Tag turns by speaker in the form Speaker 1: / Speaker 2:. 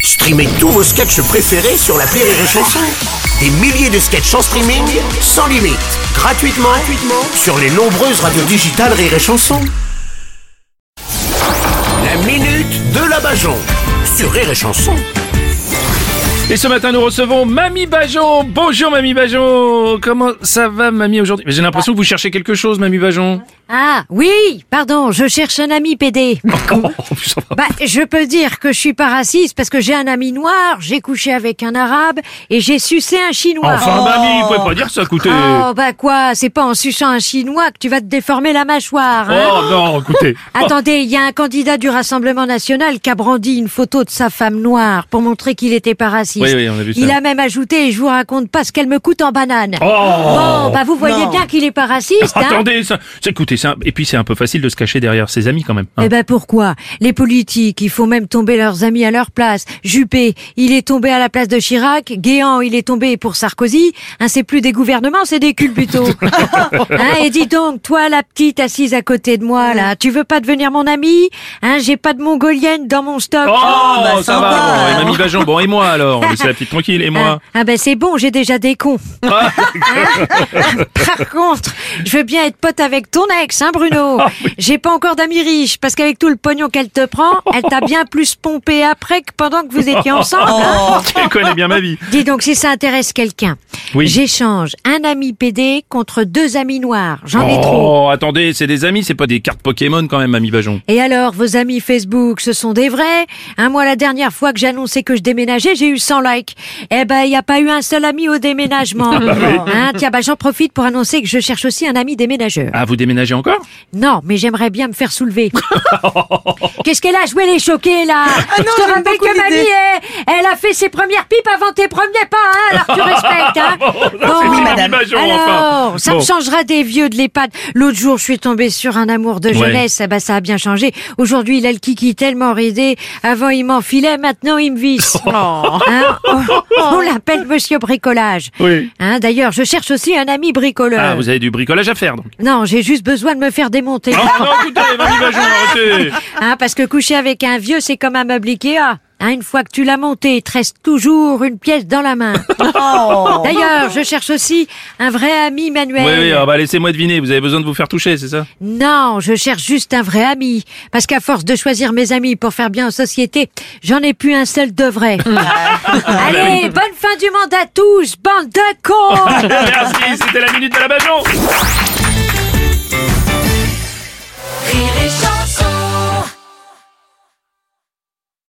Speaker 1: Streamez tous vos sketchs préférés sur la Rire et Chanson. Des milliers de sketchs en streaming, sans limite, gratuitement, gratuitement sur les nombreuses radios digitales Rire et Chanson. La minute de la Bajon sur Rire et Chanson.
Speaker 2: Et ce matin, nous recevons Mamie Bajon. Bonjour, Mamie Bajon. Comment ça va, Mamie, aujourd'hui Mais J'ai l'impression que vous cherchez quelque chose, Mamie Bajon.
Speaker 3: Ah oui, pardon, je cherche un ami PD.
Speaker 2: Encore Oh, putain.
Speaker 3: Bah, je peux dire que je suis pas raciste parce que j'ai un ami noir, j'ai couché avec un arabe et j'ai sucé un chinois.
Speaker 2: Enfin, Mamie, vous pouvez pas dire ça, écoutez.
Speaker 3: Oh bah quoi, c'est pas en suçant un chinois que tu vas te déformer la mâchoire. hein.
Speaker 2: Oh, non, écoutez.
Speaker 3: Attendez, il y a un candidat du Rassemblement national qui a brandi une photo de sa femme noire pour montrer qu'il était pas raciste.
Speaker 2: Oui, oui, on a vu ça.
Speaker 3: Il a même ajouté, et je vous raconte pas ce qu'elle me coûte en banane.
Speaker 2: Oh.
Speaker 3: Bon, bah vous voyez bien qu'il est pas raciste, hein.
Speaker 2: Attendez, ça, c'est- écoutez, c'est un- et puis c'est un peu facile de se cacher derrière ses amis quand même. hein.
Speaker 3: Eh ben pourquoi Les politiques, il faut même tomber leurs amis à leur place. Juppé, il est tombé à la place de Chirac. Guéant, il est tombé pour Sarkozy. Hein, c'est plus des gouvernements, c'est des culs plutôt. hein, et dis donc, toi, la petite assise à côté de moi, là, tu veux pas devenir mon amie Hein, j'ai pas de mongolienne dans mon stock.
Speaker 2: Oh,
Speaker 3: ah,
Speaker 4: bah,
Speaker 2: ça
Speaker 4: sympa,
Speaker 2: va, bon, et
Speaker 4: alors.
Speaker 2: Mamie Bajon, bon, et moi alors Laissez la petite tranquille, et
Speaker 3: Ah,
Speaker 2: moi
Speaker 3: ah ben c'est bon, j'ai déjà des cons. Hein Par contre, je veux bien être pote avec ton ex, hein Bruno.
Speaker 2: Ah
Speaker 3: J'ai pas encore d'amis riches parce qu'avec tout le pognon qu'elle te prend, elle t'a bien plus pompé après que pendant que vous étiez ensemble. hein.
Speaker 2: Tu connais bien ma vie.
Speaker 3: Dis donc si ça intéresse quelqu'un.
Speaker 2: Oui.
Speaker 3: J'échange un ami PD contre deux amis noirs. J'en ai trop.
Speaker 2: Oh, attendez, c'est des amis, c'est pas des cartes Pokémon quand même, Mamie Bajon.
Speaker 3: Et alors, vos amis Facebook, ce sont des vrais hein, Moi, la dernière fois que j'annonçais que je déménageais, j'ai eu 100 likes. Eh ben, il n'y a pas eu un seul ami au déménagement. hein, tiens, bah, j'en profite pour annoncer que je cherche aussi un ami déménageur.
Speaker 2: Ah, vous déménagez encore
Speaker 3: Non, mais j'aimerais bien me faire soulever. Qu'est-ce qu'elle a joué les choqués, là Je
Speaker 4: non,
Speaker 3: te
Speaker 4: j'aime
Speaker 3: rappelle
Speaker 4: beaucoup
Speaker 3: que mamie,
Speaker 4: l'idée.
Speaker 3: elle, elle a fait ses premières pipes avant tes premiers pas, hein Alors tu respectes, hein
Speaker 2: non, c'est Mamie Bajon,
Speaker 3: alors,
Speaker 2: enfin.
Speaker 3: ça
Speaker 2: Bon.
Speaker 3: me changera des vieux de l'EHPAD. L'autre jour, je suis tombée sur un amour de jeunesse. Eh ben, ça a bien changé. Aujourd'hui, il a le kiki tellement ridé. Avant, il m'enfilait. Maintenant, il me visse.
Speaker 2: Oh.
Speaker 3: Hein on on l'appelle Monsieur Bricolage.
Speaker 2: Oui.
Speaker 3: Hein, D'ailleurs, je cherche aussi un ami bricoleur.
Speaker 2: Ah, vous avez du bricolage à faire donc.
Speaker 3: Non, j'ai juste besoin de me faire démonter.
Speaker 2: Oh, Non, non, écoutez, Mamie Bajon, arrêtez
Speaker 3: Hein, parce que coucher avec un vieux, c'est comme un meuble Ikea. Hein, une fois que tu l'as monté, il te reste toujours une pièce dans la main. D'ailleurs, je cherche aussi un vrai ami manuel.
Speaker 2: Oui, oui, ah bah laissez-moi deviner, vous avez besoin de vous faire toucher, c'est ça
Speaker 3: Non, je cherche juste un vrai ami. Parce qu'à force de choisir mes amis pour faire bien en société, j'en ai plus un seul de vrai. Allez, bonne fin du monde à tous, bande de cons
Speaker 2: Eh, Merci, c'était la minute de la Bajon